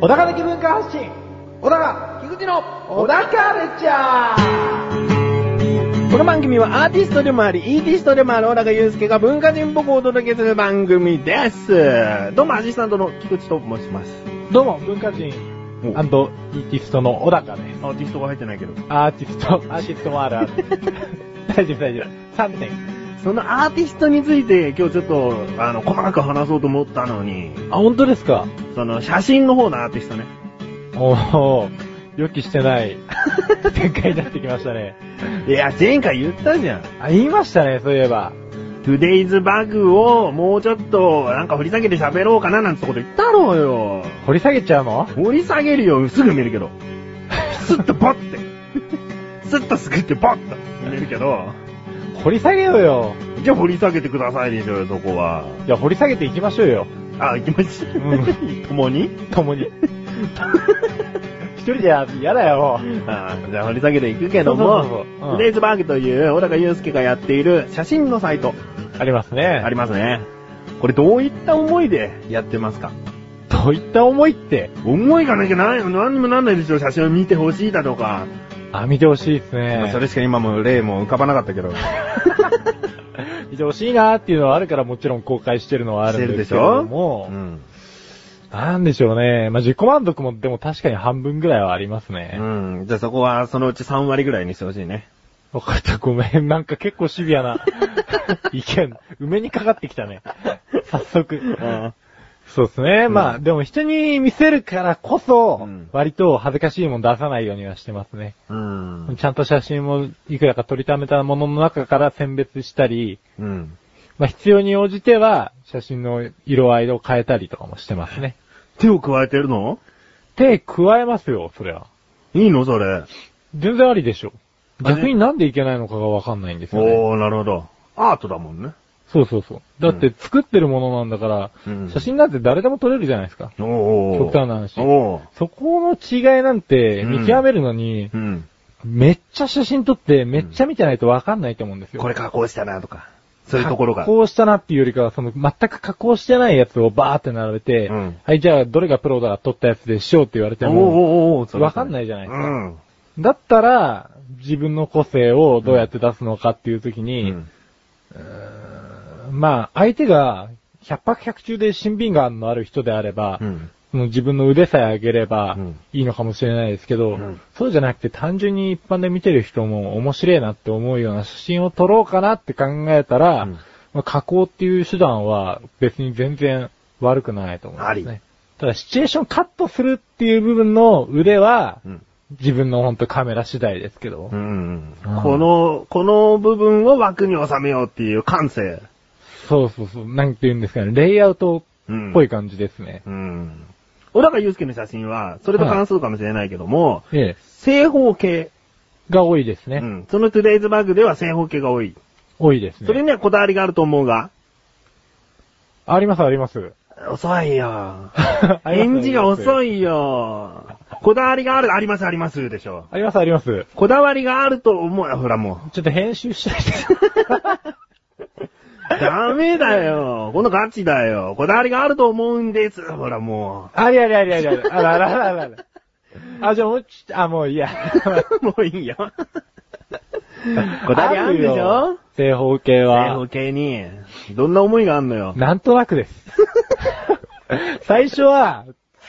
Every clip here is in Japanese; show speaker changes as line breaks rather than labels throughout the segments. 小高的文化発信小高菊池の小高レクチャーこの番組はアーティストでもあり、イーティストでもある小高祐介が文化人っぽくお届けする番組です。どうもアシスタントの菊池と申します。
どうも、文化人イ
お
ーティストの小高です。
アーティストが入ってないけど。
アーティスト、アーティストもあ るある。大丈夫、大丈夫。3点。
そのアーティストについて今日ちょっと、あの、細かく話そうと思ったのに、
あ、本当ですか
その写真の方のアーティストね。
おお予期してない展開になってきましたね。
いや、前回言ったじゃん。
あ、言いましたね、そういえば。
Today's Bug をもうちょっとなんか掘り下げて喋ろうかななんてこと言ったろうよ。
掘り下げちゃうの
掘り下げるよ、すぐ見るけど。スッとポッて。スッとすくってポッと見るけど。
掘り下げようよ。
じゃあ掘り下げてくださいでしょうよ、そこは。
いや、掘り下げていきましょうよ。
あ、行きましょう。 共に
共 に。一人でや、嫌だよ。
あじゃあ掘り下げていくけど
そ
も、
うそうそうそううん
Today's Bug という小高祐介がやっている写真のサイト
ありますね。
ありますね。これどういった思いでやってますか
どういった思いって。
思いがなきゃない、何にもなんないでしょ、写真を見てほしいだとか。
あ、見てほしいですね。
まあそれしか今も例も浮かばなかったけど。
見てほしいなーっていうのはあるからもちろん公開してるのはあるんですけれども、
うん。
なんでしょうね。まあ、自己満足もでも確かに半分ぐらいはありますね。
うん。じゃあそこはそのうち3割ぐらいにしてほしいね。
分かった、ごめん。なんか結構シビアな 意見、梅にかかってきたね。早速。そうですね。
うん
まあ、でも人に見せるからこそ、
うん
割と恥ずかしいもん出さないようにはしてますね。
うん。
ちゃんと写真もいくらか撮りためたものの中から選別したり、
うん。
まあ、必要に応じては写真の色合いを変えたりとかもしてますね。
手を加えてるの
手加えますよ、そりゃ。
いいのそれ。
全然ありでしょ。
あれ
逆になんでいけないのかがわかんないんですよね。
おー、なるほど。アートだもんね。
そうそうそう。だって作ってるものなんだから、
うん
写真なんて誰でも撮れるじゃないですか。
おー。
極端な話
おー。
そこの違いなんて見極めるのに、
うん。
めっちゃ写真撮ってめっちゃ見てないとわかんないと思うんですよ。
これ加工したなとか。そういうところが
加。工したなっていうよりかは、その全く加工してないやつをバーって並べて、
うん
はい、じゃあどれがプロだ、撮ったやつでしようって言われて
おー
も、
おーおーそれそれ
わかんないじゃないですか
うん。
だったら、自分の個性をどうやって出すのかっていう時に、
うん
まあ、相手が、百泊百中で親敏眼のある人であれば、
うん。
その自分の腕さえ上げれば
うん
いいのかもしれないですけど、
うん
そうじゃなくて単純に一般で見てる人も面白いなって思うような写真を撮ろうかなって考えたら、
うん
まあ加工っていう手段は別に全然悪くないと思うんです
あり
ね。ただシチュエーションカットするっていう部分の腕は
うん。
自分のほんとカメラ次第ですけど、
うん
うん
この、この部分を枠に収めようっていう感性。
そうそうそう、なんて言うんですかね、レイアウト
うん
っぽい感じですね。
うん。小高祐介の写真は、それと関数かもしれないけども、
ええ
正方形。
が多いです
う
ね。
ん。そのトゥデイズバグでは正方形が多い。
多いですね。
それにはこだわりがあると思うが、
ありますあり ます。
遅いよ。返事が遅
い。
いよ。こだわりがある、ありますありますでしょ。
ありますあります。
こだわりがあると思うよ、ほらも
ちょっと編集しないで。
う。 ダメだよ。このガチだよ。こだわりがあると思うんです。ほらも
ありありありありあり。あらあらあらあら。あ、じゃあもうちょっと、あ、もういいや。
う。もういいよ。こだわりあるでしょ
正方形
正
は
方、形に、どんな思いがあんのよ。
なんとなく です。最初は、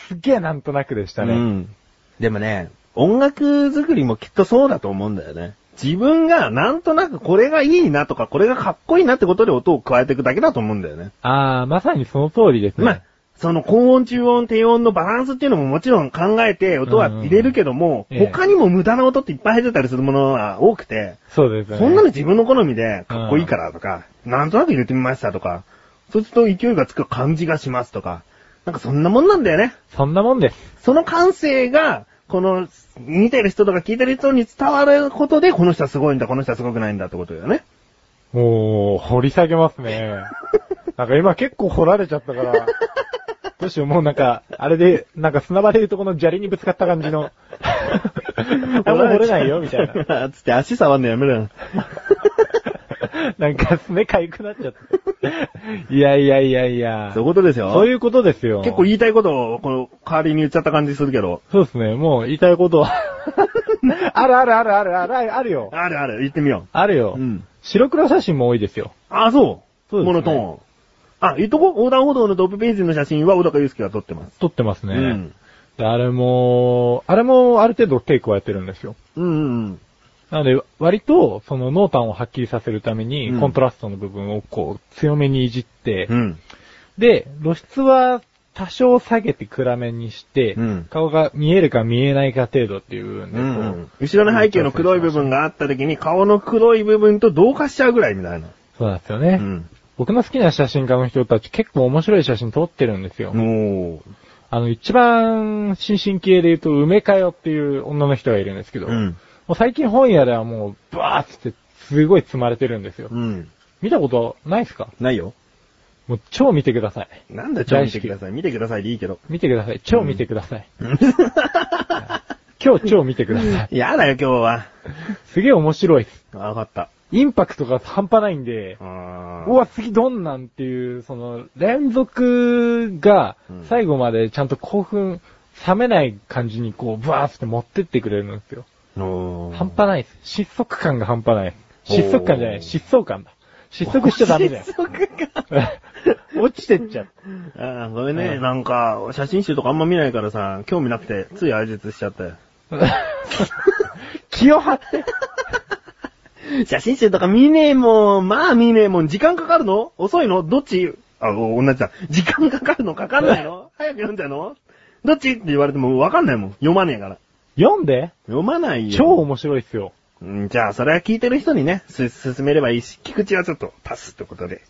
すっげえなんとなくでした
う
ね。
ん。でもね、音楽作りもきっとそうだと思うんだよね。自分がなんとなくこれがいいなとか、これがかっこいいなってことで音を加えていくだけだと思うんだよね。
あー、まさにその通りです
まあ
ね。、
その高音、中音、低音のバランスっていうのももちろん考えて音は入れるけども、
うんうんええ
他にも無駄な音っていっぱい入ってたりするものは多くて、
そうですね。
そんなの自分の好みでかっこいいからとか、なんとなく入れてみましたとか、そうすると勢いがつく感じがしますとか、なんかそんなもんなんだよね。
そんなもんです。
その感性が、この、見てる人とか聞いてる人に伝わることで、この人はすごいんだ、この人はすごくないんだってことだよ ね。
もう、掘り下げますね。なんか今結構掘られちゃったから、どうしよう、もうなんか、あれで、なんか砂場でいうとこの砂利にぶつかった感じ の。あ、もう掘れないよ、みたいな。
な。つって足触んのやめろよ。
なんか、すねかゆくなっちゃった。いやいやいやいや。
そういうことですよ。
そういうことですよ。
結構言いたいことを、この、代わりに言っちゃった感じするけど。
そうですね、もう言いたいことは。 あるあるあるあるある、あるよ。
あるある、言ってみよ
あるよ。
うん
白黒写真も多いですよ
う。。あ、そう。
そうですね
モノトーン。あ、言っとこう横断歩道のトップページの写真は小高祐介が撮ってます。
撮ってますね。
うん
であれも、あれもある程度手加えてるんですよ。
うんうんうん。
なので、割と、その濃淡をはっきりさせるために、
うん
コントラストの部分をこう、強めにいじって、
うん。
で、露出は多少下げて暗めにして、
うん
顔が見えるか見えないか程度っていう部分で
う
こう、
んうん後ろの背景の黒い部分があった時に顔の黒い部分と同化しちゃうぐらいみたいな。
そうなんですよね、
うん。
僕の好きな写真家の人たち結構面白い写真撮ってるんですよ。
おー。
あの、一番新進系で言うと、梅かよっていう女の人がいるんですけど、
うん
もう最近本屋ではもう、バーって、すごい積まれてるんですよ。
うん。
見たことないですか
ないよ。
もう超見てください。
なんだ、ちょ、見てください。見てくださいでいいけど。
見てください。超見てください。 今日超見てください。
やだよ、今日は。
すげえ面白いです。
あわかった。
インパクトが半端ないんで、
あ
うわ、次どんなんっていう、その、連続が
うん、
最後までちゃんと興奮、冷めない感じにこう、ブワーって持ってってくれるんですよ。半
半
端ないです。失速感が半端ないです。失速感じゃな
おー
い。失踪感だ。失速しちゃダメ だよ。 落ちてっちゃう。
ああ、ごめん
う
ね。
ん
なんか、写真集とかあんま見ないからさ、興味なくて、つい愛術しちゃったよ。
気を張って。
写真集とか見ねえもん。まあ見ねえもん。時間かかるの遅いのどっちあ、お同じだ。時間かかるのかかんない の早く読んじゃうのどっちって言われてもわかんないもん。読まねえから。
読んで
読まないよ。
超面白いっすよ。
うん、じゃあ、それは聞いてる人にね、す、進めればいいし、菊池はちょっとパスってことで。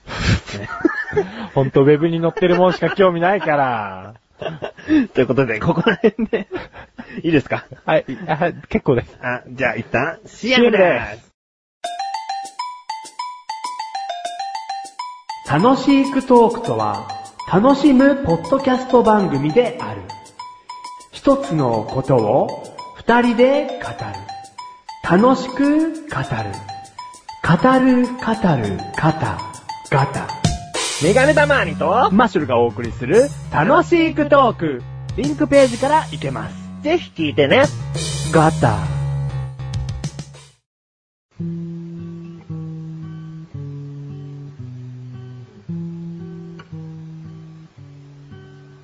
ほんと、ウェブに載ってるもんしか興味ないから。
ということで、ここら辺で、 いいですか
はい、あはい結構です。
あ、じゃあ一旦 CM です。
楽しいクトークとは、楽しむポッドキャスト番組である。一つのことを二人で語る。楽しく語る。語る、語る、語、ガタ。メガネたまーにとマッシュルがお送りする楽しいクトーク。リンクページから行けます。
ぜひ聞いてね。
ガタ。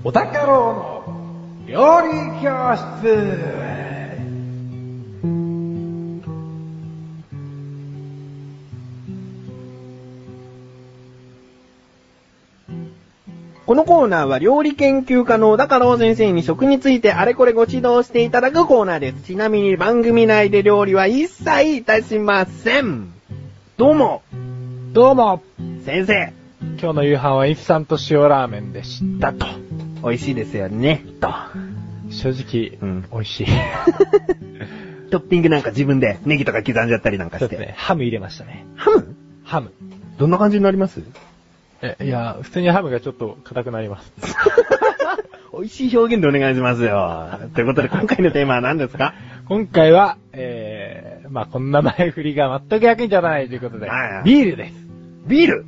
おたかろうの料理教室
このコーナーは料理研究家の小高郎先生に食についてあれこれご指導していただくコーナーです。ちなみに番組内で料理は一切いたしません。どうも、
どうも、
先生、
今日の夕飯はイフさんと塩ラーメンでしたと。
美味しいですよね、と。
正直、
うん
美 味しい。
トッピングなんか自分でネギとか刻んじゃったりなんか
そう
し
です
て。
ね。ハム入れましたね。
ハム
ハム。
どんな感じになります
え、いや、普通にハムがちょっと硬くなります。
美味しい表現でお願いしますよ。ということで今回のテーマは何ですか
今回は、えー、まあこんな前振りが全く役に立たないということで
はいは、い
ビールです。
ビール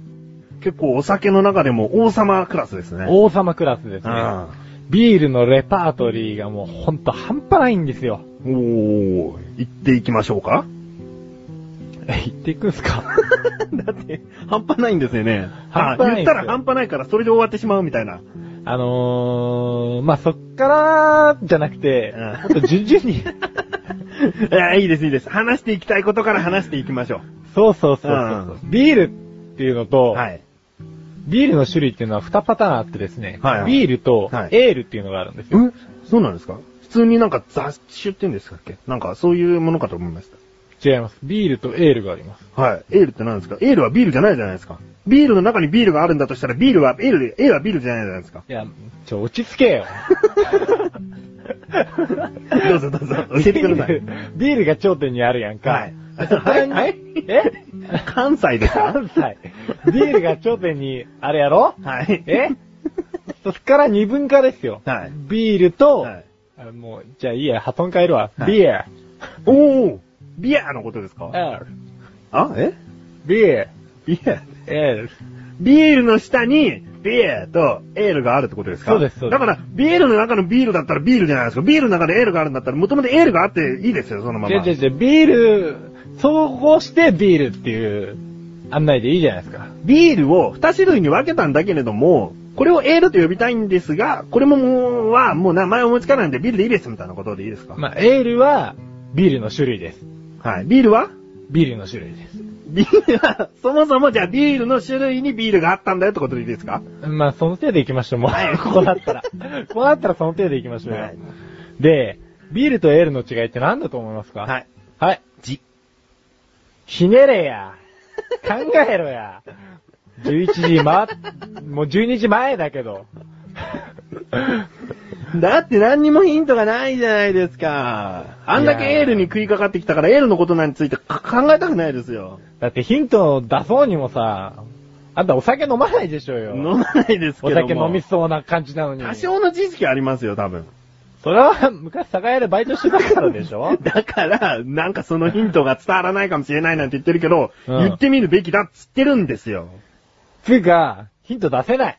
結構お酒の中でも王様クラスですね。
王様クラスですね。
ああ
ビールのレパートリーがもうほんと半端ないんですよ。
おー、行っていきましょうか
え、言っていくんすか
だって、半端ないんですよね。
半端ない
あ言ったら半端ないから、それで終わってしまうみたいな。
あのー、まあ、そっから、じゃなくて、
うん
ほんと順々 に。
いや、いいです、いいです。話していきたいことから話していきましょ
そうそうそうそう、
う
ビールっていうのと、
う。はい。
ビールの種類っていうのは2パターンあってですね、
はいはい
ビールと
はい
エールっていうのがあるんですよ。
んそうなんですか普通になんか雑種って言うんですかっけなんかそういうものかと思いまし
違います。ビールとエールがあります。
た。はい。エールって何ですかエールはビールじゃないじゃないですか。ビールの中にビールがあるんだとしたら、ビールは、エールで、エールはビールじゃないじゃないですか。
いや、ちょ、落ち着けよ。
どうぞどうぞ、 教えてくださ
ビー。
い
ル ビールが頂点にあるやんか。
はい
そこらに
はい
え
関西ですか
関西。ビールが頂点にあれやろ
はい。
えそっから二分化ですよ。
はい
ビールと、
はい
あもう、じゃあいいや、破損変えるわ。
はい
ビア、
おービアのことですか
L、
あ、え
ビア、
ビア
L。
ビールの下に、ビールとエールがあるってことですか
そうですそうです
だから、ビールの中のビールだったらビールじゃないですか。ビールの中でエールがあるんだったら、もともとエールがあっていいですよ、そのまま。
じゃじゃじゃビール、総合してビールっていう案内でいいじゃないですか。
ビールを2種類に分けたんだけれども、これをエールと呼びたいんですが、これももう、は、もう名前思いつかないんで、ビールでいいです、みたいなことでいいですか、
まあ、エールは、ビールの種類です。
はい。ビールは
ビールの種類です。
ビールは、そもそもじゃあビールの種類にビールがあったんだよってことでいいですか
まあ、その程度行きましょう、もう。
はい
こうなったら。こうなったらその程度行きましょうよ。
はい
で、ビールとエールの違いって何だと思いますか
はい。
はい。
じ。
ひねれや。考えろや。11時ま、もう12時前だけど。
だって何にもヒントがないじゃないですか。あんだけエールに食いかかってきたから、エールのことなんについてか考えたくないですよ。
だってヒントを出そうにもさ、あんたお酒飲まないでしょうよ。
飲まないですけ
お
ども。
酒飲みそうな感じなのに。
多少の知識ありますよ、多分。
それは昔酒屋でバイトしてたからでしょ
だから、なんかそのヒントが伝わらないかもしれないなんて言ってるけど、
うん
言ってみるべきだっつってるんです よ。
つうか、ヒント出せない。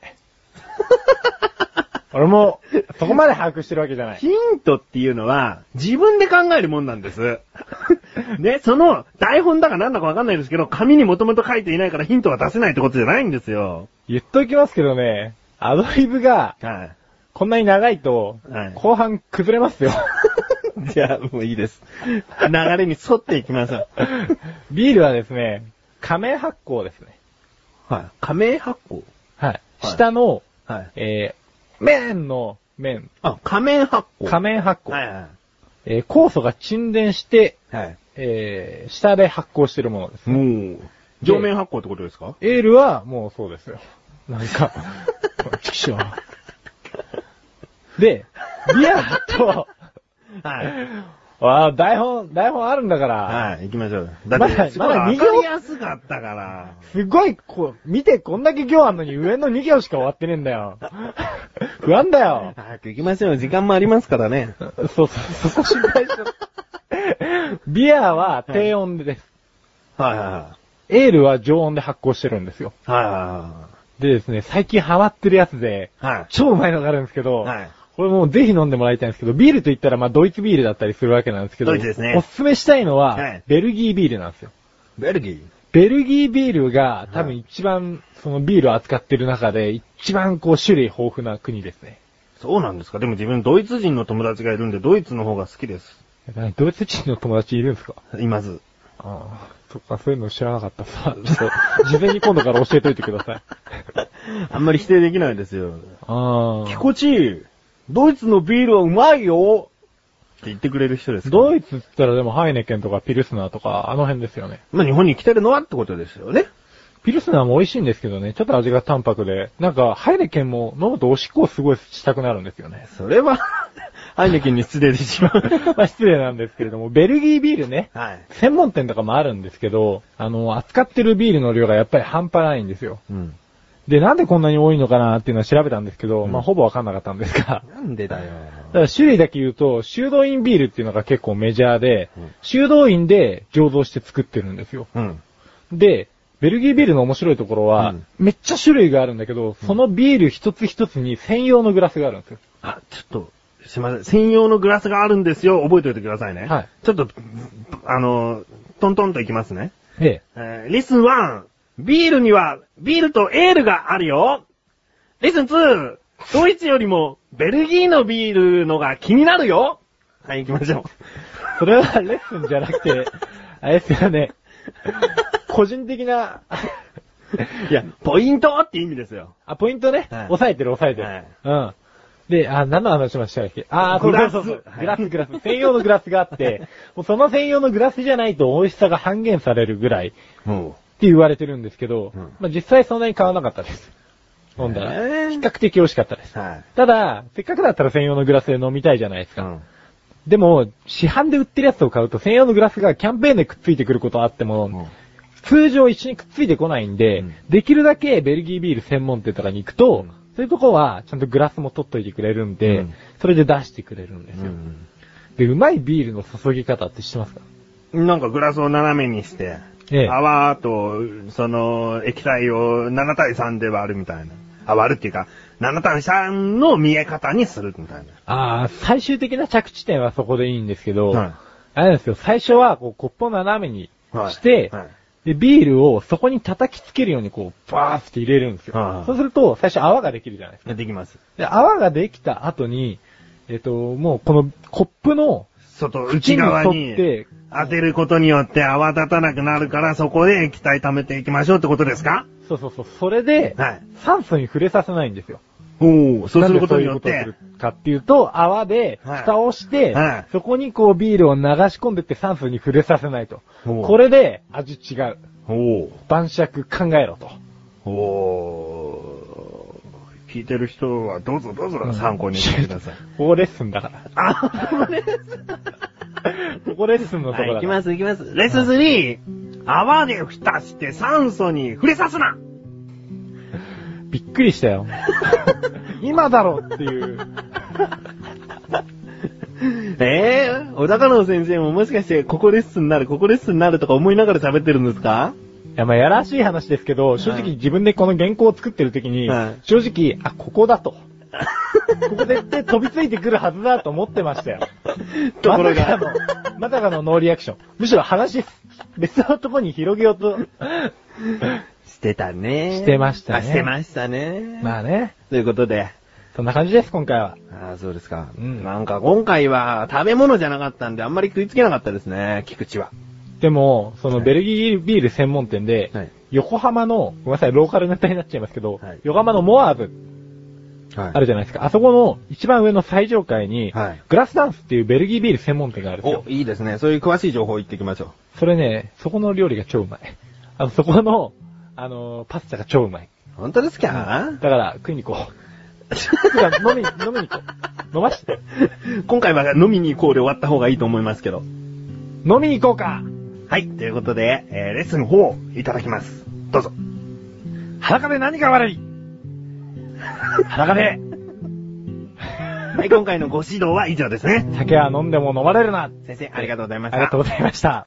俺も、そこまで把握してるわけじゃない。
ヒントっていうのは、自分で考えるもんな んです。ね、その、台本だかなんだかわかんないですけど、紙にもともと書いていないからヒントは出せないってことじゃないんですよ。
言っときますけどね、アドリブが、
はい。
こんなに長いと
はい、
後半崩れますよ。
じゃあ、もういいです。流れに沿っていきましょう。
ビールはですね、加盟発酵ですね。
はい。加盟発行
はい。
はい
下の、
はい。
えー、麺の麺、
あ、仮面発行
加盟発酵。
はいは
えー酵素が沈殿して、
い。はい。
えー、下で発酵してるものです。
もう、上面発行ってことですか
エールは、もうそうですよ。なん か、ちきしょうで、ビア と、
はい。
わあ、台本、台本あるんだから、
はい、行きましょう。だ
ま
って、
だ
すごい
まだ
分
二
か
行
りやすかったから。
すごい、こう、見てこんだけ行あんのに上の2行しか終わってねえんだよ。不安だよ。
早く行きましょう。時間もありますからね。
そうそう、そこ心配しちゃった。ビアは低温です。
はいは
エールは常温で発酵してるんですよ。
いはい。は
でですね、最近ハマってるやつで、
いはいはい。
超うまいのがあるんですけど、
はい
これもうぜひ飲んでもらいたいんですけど、ビールと言ったらまあドイツビールだったりするわけなんですけど、
ドイツですね
おすすめしたいのは、
はい
ベルギービールなんですよ。
ベルギー。
ベルギービールが多分一番、そのビールを扱ってる中で一番こう種類豊富な国ですね。
そうなんですかでも自分ドイツ人の友達がいるんで、ドイツの方が好きです。
やっぱりドイツ人の友達いるんですか
います。
ああ、そっか、そういうの知らなかった さ。ちょっと、事前に今度から教えといてください。
あんまり否定できないですよ。
あ
気
あ。
こち、ドイツのビールはうまいよって言ってくれる人ですから
ドイツって言ったらでもハイネケンとかピルスナーとか、あの辺ですよね。
まあ、日本に来てるのはってことですよね。
ピルスナーも美味しいんですけどね、ちょっと味が淡白で、なんか、ハイネケンも飲むとおしっこをすごいしたくなるんですよね。
それは、 ハイネケンに失礼でしまう。
まあ失礼なんですけれども、ベルギービールね、
はい。
専門店とかもあるんですけど、あの、扱ってるビールの量がやっぱり半端ないんですよ。
うん。
で、なんでこんなに多いのかなっていうのは調べたんですけど、まあほぼわかんなかったんですが、
なんでだよ。
だから種類だけ言うと、修道院ビールっていうのが結構メジャーで
うん、
修道院で醸造して作ってるんですよ。
うん。
で、ベルギービールの面白いところは、
うん
めっちゃ種類があるんだけど、そのビール一つ一つに専用のグラスがあるんですよ。
あ、ちょっと、すいません。専用のグラスがあるんですよ。覚えておいてくださいね。
はい。
ちょっと、あの、トントンといきますね。
で、
えー、リスン1、ビールには、ビールとエールがあるよ。リスン2、ドイツよりも、ベルギーのビールのが気になるよ。はい、行きましょ
それはレッスンじゃなくて、あれですよね、個人的な、
う。いや、ポイントって意味ですよ。
あ、ポイントね、
はい
押さえてる押さえてる。うん。で、あ、何の話しましたっけあー、
グラス
そうそうそう
はい
グラス、グラス。専用のグラスがあ って、もうその専用のグラスじゃないと美味しさが半減されるぐらいって
も
言われてるんですけど、
うん
まあ実際そんなに買わなかったです。飲んだら。
えー
比較的美味しかったです。
はい。
ただ、せっかくだったら専用のグラスで飲みたいじゃないです
う
か。
ん。
でも、市販で売ってるやつを買うと専用のグラスがキャンペーンでくっついてくることはあっても、通常一緒にくっついてこないんで、
うん
できるだけベルギービール専門店とかに行くと、
うん
そういうとこは、ちゃんとグラスも取っといてくれるんで、
うん
それで出してくれるんですよ。で、うまいビールの注ぎ方って知ってますか
なんかグラスを斜めにして、
ええ
泡と、その、液体を7対3で割るみたいな。あ、割るっていうか、7対3の見え方にするみたいな。
ああ、最終的な着地点はそこでいいんですけど、
はい
あれなんですよ、最初はこうコップを斜めに
はい
して、
はい
で、ビールをそこに叩きつけるようにこう、バーって入れるんですよ。
はい
そうすると、最初泡ができるじゃないですか。
できます。
で、泡ができた後に、えっ、と、もうこのコップの、
外、内側に
縁に沿って
当てることによって泡立たなくなるから、そこで液体溜めていきましょうってことですか
そうそうそう、それで、
はい
酸素に触れさせないんですよ。
おお、そうすることによっ
なんでそういう
て
こ、とをするかっていうと、泡で
はい
蓋をして、
はい
そこにこうビールを流し込んでって酸素に触れさせないと。
おう
これで味違う。
お
晩酌考えろと。
お、おー聞いてる人はどうぞどうぞ参考にしてください。
ここレッスンだから。
あ、
ここレッスンのと こ
はい、行き
ろだから。
ます、行きます。
レッスン 3! 泡で蓋して酸素に触れさすな
びっくりした よ。今だろっていう。
えー、小高野先生ももしかして、ここレッスンになる、ここレッスンになるとか思いながら喋ってるんですか
いや、まあやらしい話ですけど、正直自分でこの原稿を作ってる時に
はい、
正直、あ、ここだと。 ここ絶対飛びついてくるはずだと思ってましたよ。
ところ
まさ
が
か。の、まさかのノーリアクション。むしろ話、別のとこに広げよう と。
してたね。
してましたね
あしてましたね。
まあね、
ということで。
そんな感じです、今回は。
ああ、そうですか。
うん
なんか今回は食べ物じゃなかったんであんまり食いつけなかったですね、菊池は。
でも、そのベルギービール専門店で、
はい
横浜の、ごめんなさい、ローカルネタになっちゃいますけど、
はい
横浜のモアーズ
は
あるじゃないですか。あそこの一番上の最上階に、
はい
グラスダンスっていうベルギービール専門店があるんですよ
お、。いいですね。そういう詳しい情報言ってきましょ
それね、そこの料理が超うまい。あの、そこの、あのーパスタが超うまい。
う。本当です
だ
か、
から、食いに行こう。普段飲み、飲みに行こう。飲まして。
今回は飲みに行こうで終わった方がいいと思いますけど。
飲みに行こうか
はい、ということで、えーレッスン4をいただきます。どうぞ。
裸で何が 悪い裸で
はい、今回のご指導は以上ですね。
酒は飲んでも飲まれるな
先生、ありがとうございま
あ
し
りが
た
と。うございました。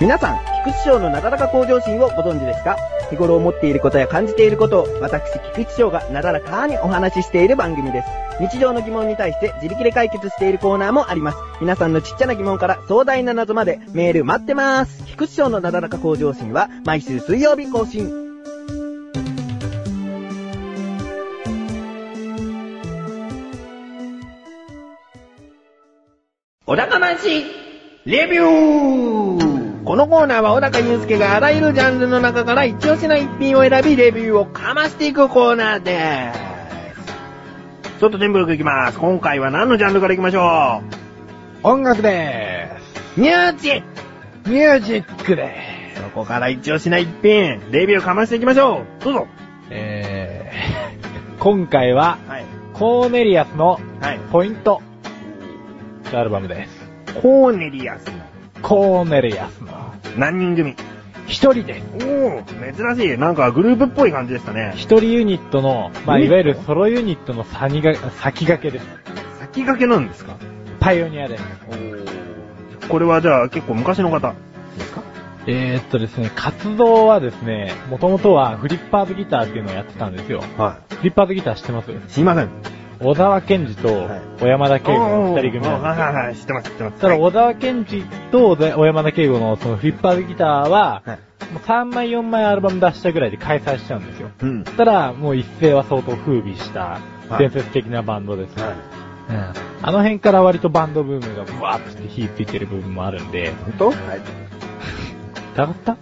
皆さん、菊池賞のなだらか向上心をご存知ですか日頃思っていることや感じていることを、私、菊池賞がなだらかにお話ししている番組です。日常の疑問に対して自力で解決しているコーナーもあります。皆さんのちっちゃな疑問から壮大な謎までメール待ってます。菊池賞のなだらか向上心は毎週水曜日更新。小高ましレビューこのコーナーは小高祐介があらゆるジャンルの中から一押しな一品を選び、レビューをかましていくコーナーで
ちょっとテンブルクいきます。今回は何のジャンルからいきましょ
音楽でー
うミュージック
す。ミュージックでーす。
そこから一押しな一品、レビューかましていきましょうどうぞ
えー、今回は、
はい。
コーネリアスの
はい。
ポイント、アルバムです。
コーネリアスの
コーネリアスの
何人組
一人です。
おお珍しい。なんかグループっぽい感じでしたね。
一人ユニットの、まあ、
ユニット
いわゆるソロユニットの先が先駆けです。
先駆けなんですか
パイオニアです。
これはじゃあ結構昔の方。
えー、っとですね、活動はですね、もともとはフリッパーズギターっていうのをやってたんですよ。
は
フリッパーズギター知ってます
い。すいません。
小沢健二と
はい
小山田圭吾の二人組
おーおー
なん
はい
ですよ
はいはい。知ってます、知ってます。
ただ
はい
小沢健二と小山田圭吾のそのフリッパーズギターは、
はい
もう3枚4枚アルバム出したぐらいで解散しちゃうんですよ。
うん。
ただ、もう一世は相当風靡した
はい
伝説的なバンドですね。
は
う
い。
んあの辺から割とバンドブームがブワーッと火ついてる部分もあるんで、
本当はい。
疑った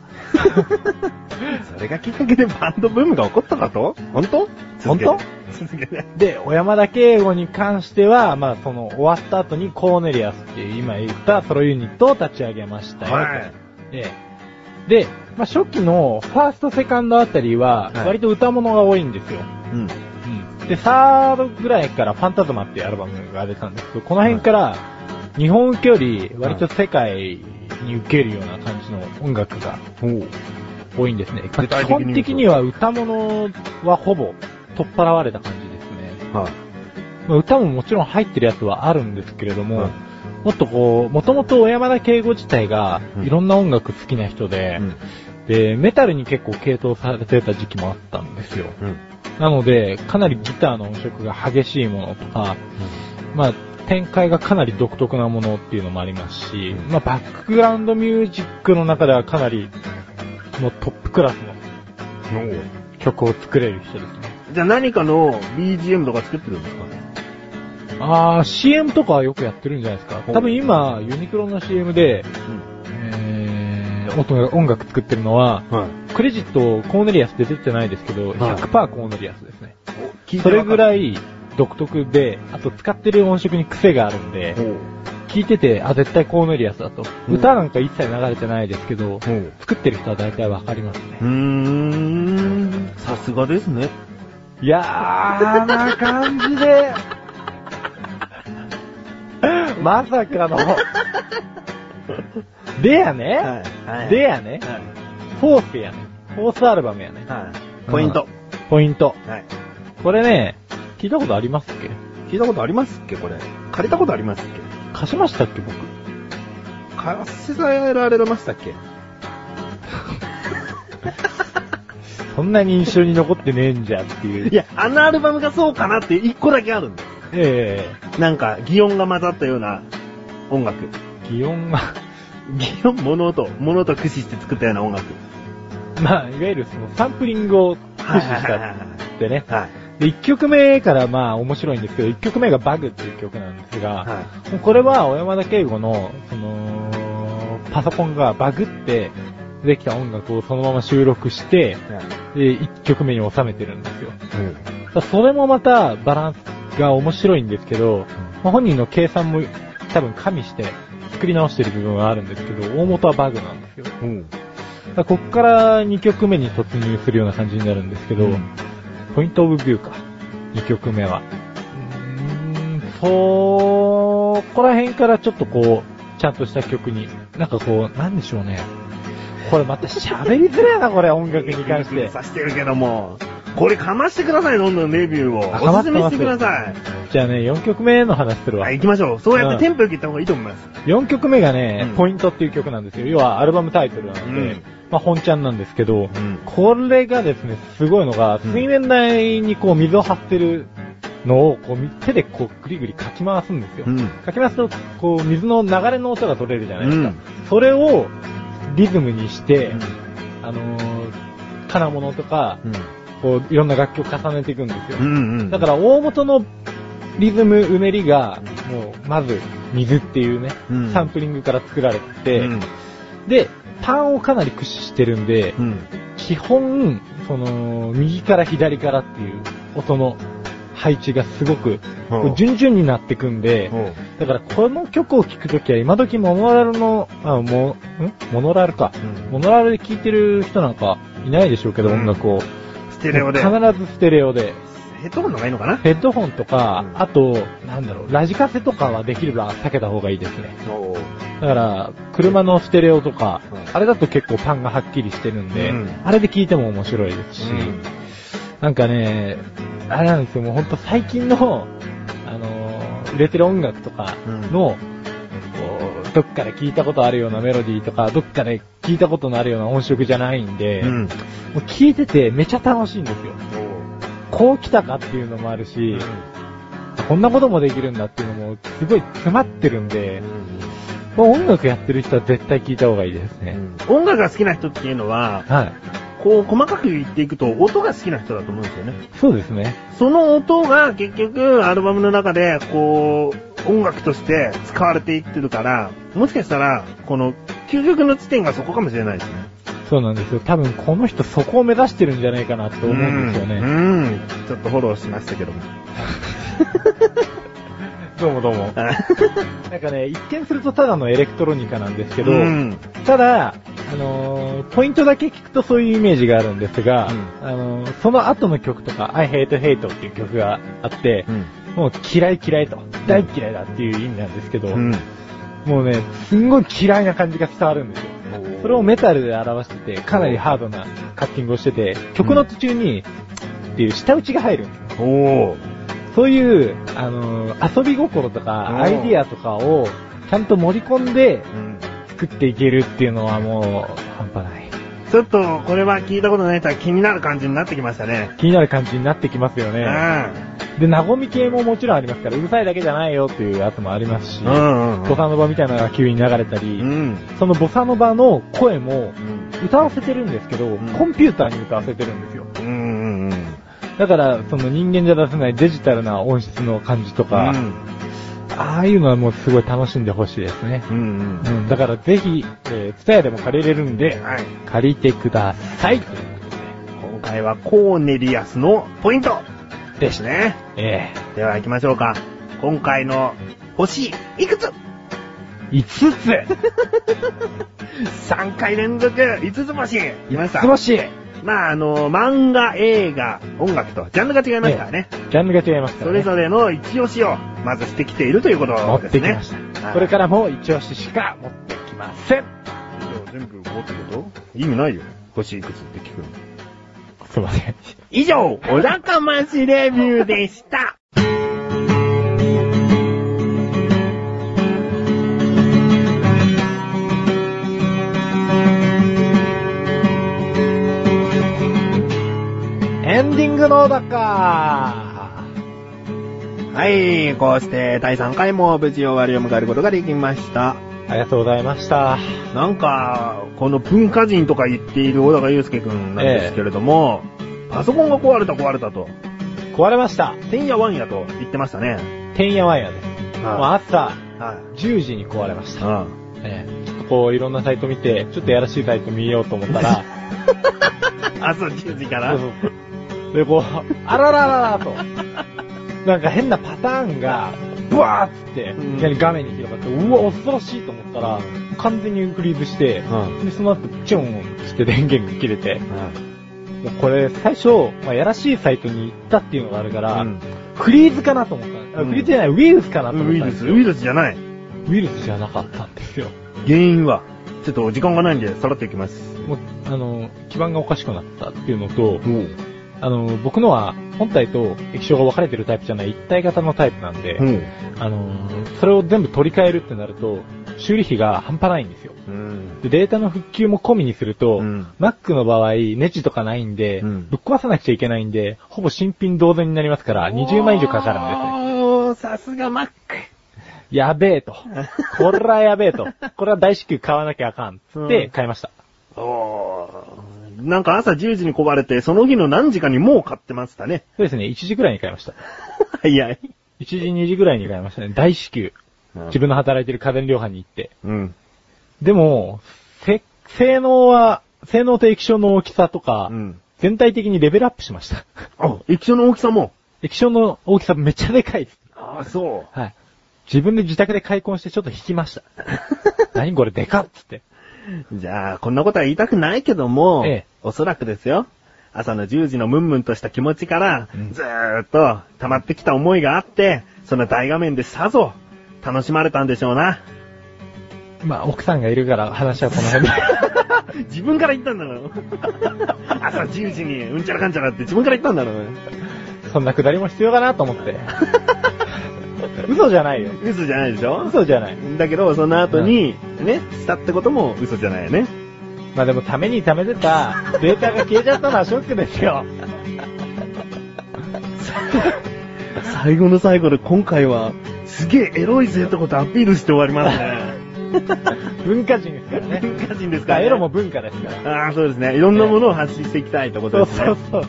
それがきっかけでバンドブームが起こっただと本当
本当
続けて。
で、小山田圭吾に関しては、まあその終わった後にコーネリアスっていう今言ったソロユニットを立ち上げましたよ。
はい。
ええで、まあ初期のファースト、セカンドあたりは
はい
割と歌物が多いんですよ。
うん。
うんで、サードぐらいからファンタズマっていうアルバムが出たんですけど、この辺から日本受けより割と世界に受けるような感じの音楽が
おう
多いんですね。
具体
基
的に言うと
本的には歌物はほぼ取っ払われた感じですね。
はい。
まあ歌ももちろん入ってるやつはあるんですけれども、
はい
もっとこう、もともと小山田圭吾自体が
うん
いろんな音楽好きな人で、
うん
で、メタルに結構傾倒されてた時期もあったんですよ。
うん。
なので、かなりギターの音色が激しいものとか、まあ、展開がかなり独特なものっていうのもありますし、
うん
まあ、バックグラウンドミュージックの中ではかなり、もうトップクラスの曲を作れる人ですね。
じゃあ何かの BGM とか作ってるんですか
あー、CM とかはよくやってるんじゃないですか。
お
多分今、ユニクロの CM で、えー、音楽音楽作ってるのは、
はい。
クレジットコーネリアスで出てないですけど、
はい
100%コーネリアスですね。
聞いて
それぐら
い。
い独特で、あと使ってる音色に癖があるんで
お、う
聞いてて、あ、絶対コーネリアスだと。
うん
歌なんか一切流れてないですけど、
おう
作ってる人は大体わかりますね。
うーん。さすがですね。
いやーな感じで、まさかの。でやね、
は
でやね、
はい。
フォースやね、フォースアルバムやね。
はい。ポイント。
ポイント。
はい。
これね、聞いたことありますっけ
聞いたことありますっけこれ。借りたことありますっけ
貸しましたっけ僕。
借らせられましたっけ
そんなに印象に残ってねえんじゃっていう。
いや、あのアルバムがそうかなって一個だけあるんだよ。
え
なんか、擬音が混ざったような音楽。
え擬音が、
擬音、物音、物音駆使して作ったような音楽。
まあ、いわゆるそのサンプリングを駆使したってね。
はい。
で、1曲目からまあ面白いんですけど、1曲目がバグっていう曲なんですが、
は
もうこれは小山田圭吾の、その、パソコンがバグってできた音楽をそのまま収録して、
い。はい
で、1曲目に収めてるんですよ。
うん。
だからそれもまたバランスが面白いんですけど、まあ本人の計算も多分加味して作り直してる部分はあるんですけど、大元はバグなんですよ。
うん。
だからこっから2曲目に突入するような感じになるんですけど、
うん
ポイントオブビューか。2曲目は。うーん、そこら辺からちょっとこう、ちゃんとした曲に、なんかこう、なんでしょうね。これまた喋りづらいな、これ音楽に関して。
さしてるけども。これかましてください、どんどんレビューを。
あか
お
ますって
す
ます
めしてください。
じゃあね、4曲目の話するわ
はい、。行きましょう。そうやっ
うん
てテンポよく行った方がいいと思います。
4曲目がね、
うん
ポイントっていう曲なんですよ。要はアルバムタイトルなので、
うん
まあ本ちゃんなんですけど、
ん
これがですね、すごいのが、
うん
水面台にこう水を張ってるのをこうみ手でこうグリグリかき回すんですよ。
うん
かき回すと、こう水の流れの音が取れるじゃないですか。
うん
それをリズムにして、
うん
あのー、金物とか、
うん。
こういろんな楽器を重ねていくんですよ。
うんうん。
だから大元のリズムうねりが、もう、まず、水っていうね、
うん
サンプリングから作られてて、
うん。
で、単をかなり駆使してるんで、
うん。
基本、その、右から左からっていう音の配置がすごく、
うん
こう順々になってくんで、
うん
だからこの曲を聴くときは今時モノラルの、あ、もう、んモノラルか。
うん
モノラルで聴いてる人なんかいないでしょうけど、
うん
音楽を。
ステレオで。
必
ヘ
ずステレオで。
ッドホンの方がいいのかな
ヘッドホンとか、
うん
あと、なんだろう、ラジカセとかはできれば避けた方がいいですね。
おう
だから、車のステレオとか、
うん
あれだと結構パンがはっきりしてるんで、
うん
あれで聞いても面白いですし、
うん
なんかね、あれなんですよ、もうほんと最近の、あのー売れてる音楽とかの、こうどっかで聞いたことあるようなメロディーとか、どっかで聞いたことのあるような音色じゃないんで、
う
も
ん。
う聞いててめちゃ楽しいんですよ。こう来たかっていうのもあるし、こんなこともできるんだっていうのも、すごい詰まってるんで、もう音楽やってる人は絶対聞いた方がいいです
う
ね。
ん音楽が好きな人っていうのは、
はい。
こう細かく言っていくと音が好きな人だと思うんですよね。
そうですね。
その音が結局アルバムの中でこう音楽として使われていってるから、もしかしたらこの究極の地点がそこかもしれないですね。
そうなんですよ。多分この人そこを目指してるんじゃないかなと思うんですよ
う
ね。
ん。うんちょっとフォローしましたけども。
どうもどうも。なんかね、一見するとただのエレクトロニカなんですけ
け
ど、ただ、あのーポイントだけ聞くとそういうイメージがあるんですが、
うん
あのーその後の曲とか、I Hate Hate っていう曲があって、もう嫌い嫌いと、大嫌いだっていう意味なんですけど、
うん。
もうね、すんごい嫌いな感じが伝わるんですよ。それをメタルで表してて、かなりハードなカッティングをしてて、曲の途中に、っていう下打ちが入る。
おー。
そういう、あのー遊び心とか、アイディアとかを、ちゃんと盛り込んで、
うん
作っていけるっていうのはもう、半端ない。
ちょっと、これは聞いたことない人は気になる感じになってきましたね。
気になる感じになってきますよ
う
ね。
ん。
で、なごみ系ももちろんありますから、うるさいだけじゃないよっていうやつもありますし、
うんうん
ボサノバみたいなのが急に流れた
う
り、
ん。
そのボサノバの声も
う、ん。
歌わせてるんですけど、
ん
コンピューターに歌わせてるんですよ。
うん。うん。
だから、その人間じゃ出せないデジタルな音質の感じとか、ああいうのはもうすごい楽しんでほしいですね。
うん。うん。
うん、だからぜひ、えー、ツタヤでも借りれるんで、
はい。
借りてください。
今回はコーネリアスのポイント
で
で
し
す
た。
ね。
え
では行きましょうか。今回の星、いくつ
え5つ
?3 回連続、5つ星。いました
素晴。らしい
まあ、あの、漫画、映画、音楽と、ジャンルが違いますからね。
ジャンルが違いますか
そ
ら
れ
ね。
ぞれの一押しを、まずしてきているということ
持っ
で
て
す
き
ね
ま。した。
はい
これからも一押ししか持ってきません。
全部5ってこと意味ないよ。星いくつって聞くの。
すいません。
以上、お高ましレビューでした。
エンディングのおか
はい、こうして第3回も無事終わりを迎えることができました。
ありがとうございました。
なんか、この文化人とか言っている小高祐介くんなんですけれども、パソコンが壊れた壊れたと、
壊れました。
てんやわんやと言ってましたね。
てんやわんやです。もう朝
はい。
10時に壊れました。
あ
ええちょっとこういろんなサイト見て、ちょっとやらしいサイト見ようと思ったら、
あ、そう、10時か
そ
ら
うそうそうで、こう、あらららら と。なんか変なパターンが、ブワーっつって、
うん
いきなり画面に広がって、うわ、恐ろしいと思ったら、完全にフリーズして、で、その後、チョンして電源が切れて、もうこれ、最初、まあ、やらしいサイトに行ったっていうのがあるから、
うん
フリーズかなと思った。あ
うん
フリーズじゃない、ウイルスかなと
ウ
思っ
イ
たん
ル
です
ス、
よ。
ウイルスじゃない。
ウイルスじゃなかったんですよ。
原因は、ちょっと時間がないんで、さらっていきます。
もう、あの、基盤がおかしくなったっていうのと、あの、僕のは本体と液晶が分かれてるタイプじゃない一体型のタイプなんで、
ん。
あのー、それを全部取り替えるってなると、修理費が半端ないんですよ。
うん。
で、データの復旧も込みにすると、
うん
Mac の場合、ネジとかないんで、
うん
ぶっ壊さなくちゃいけないんで、ほぼ新品同然になりますから、20万以上かかるんですね。
おー、さすがマック。
やべえ と。これはやべえと。これは大至急買わなきゃあかん。つって買いました。
おー。なんか朝10時に壊れて、その日の何時かにもう買ってましたね。
そうですね、1時くらいに買いました。
早い。
1時、2時くらいに買いましたね。大至急。自分の働いてる家電量販に行って。
うん。
でも、せ、性能は、性能と液晶の大きさとか、
うん。
全体的にレベルアップしました。
あ、液晶の大きさも。
液晶の大きさめっちゃでかいです。
あ、そう。
はい。自分で自宅で開墾してちょっと引き ました。何これでかっつって。
じゃあ、こんなことは言いたくないけども、
ええ
おそらくですよ。朝の10時のムンムンとした気持ちから、
うん
ずーっと溜まってきた思いがあって、その大画面でさぞ楽しまれたんでしょうな。
まあ、奥さんがいるから話はこの辺で。
自分から言ったんだろ。 朝10時にうんちゃらかんちゃらって自分から言ったんだろ。
そんなくだりも必要かなと思って。嘘じゃないよ。
嘘じゃないでしょ
嘘じゃない。
だけど、その後に、ね、したってことも嘘じゃないよね。
まあでも、ためにためてたデータが消えちゃったのはショックですよ。
最後の最後で今回は、すげえエロいぜってことアピールして終わりますね。
文化人ですからね。
文化人です
ま
か
あ
ら、 ね。
エロも文化ですから。
ああ、そうですね。いろんなものを発信していきたいってこ
そ
と
う
ですね。
そうそう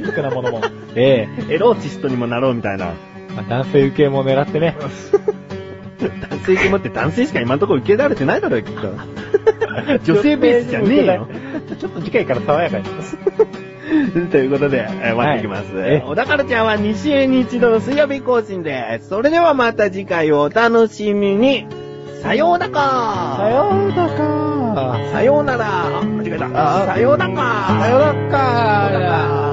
そう。いくらものも。ええ
エロチストにもなろうみたいな。
まあ男性受けも狙ってね。
男性決まって男性しか今のところ受けられてないだろうよ、きっと。女性ベースじゃねえよ。。
ちょっと次回から爽やかに。
ということで、えー終わっていきます。
はいえ
小田カルチャーは2週に一度の水曜日更新です。それではまた次回をお楽しみに。さようなか
さようなか。
さようなら。間違えた。さようなら。さようなら。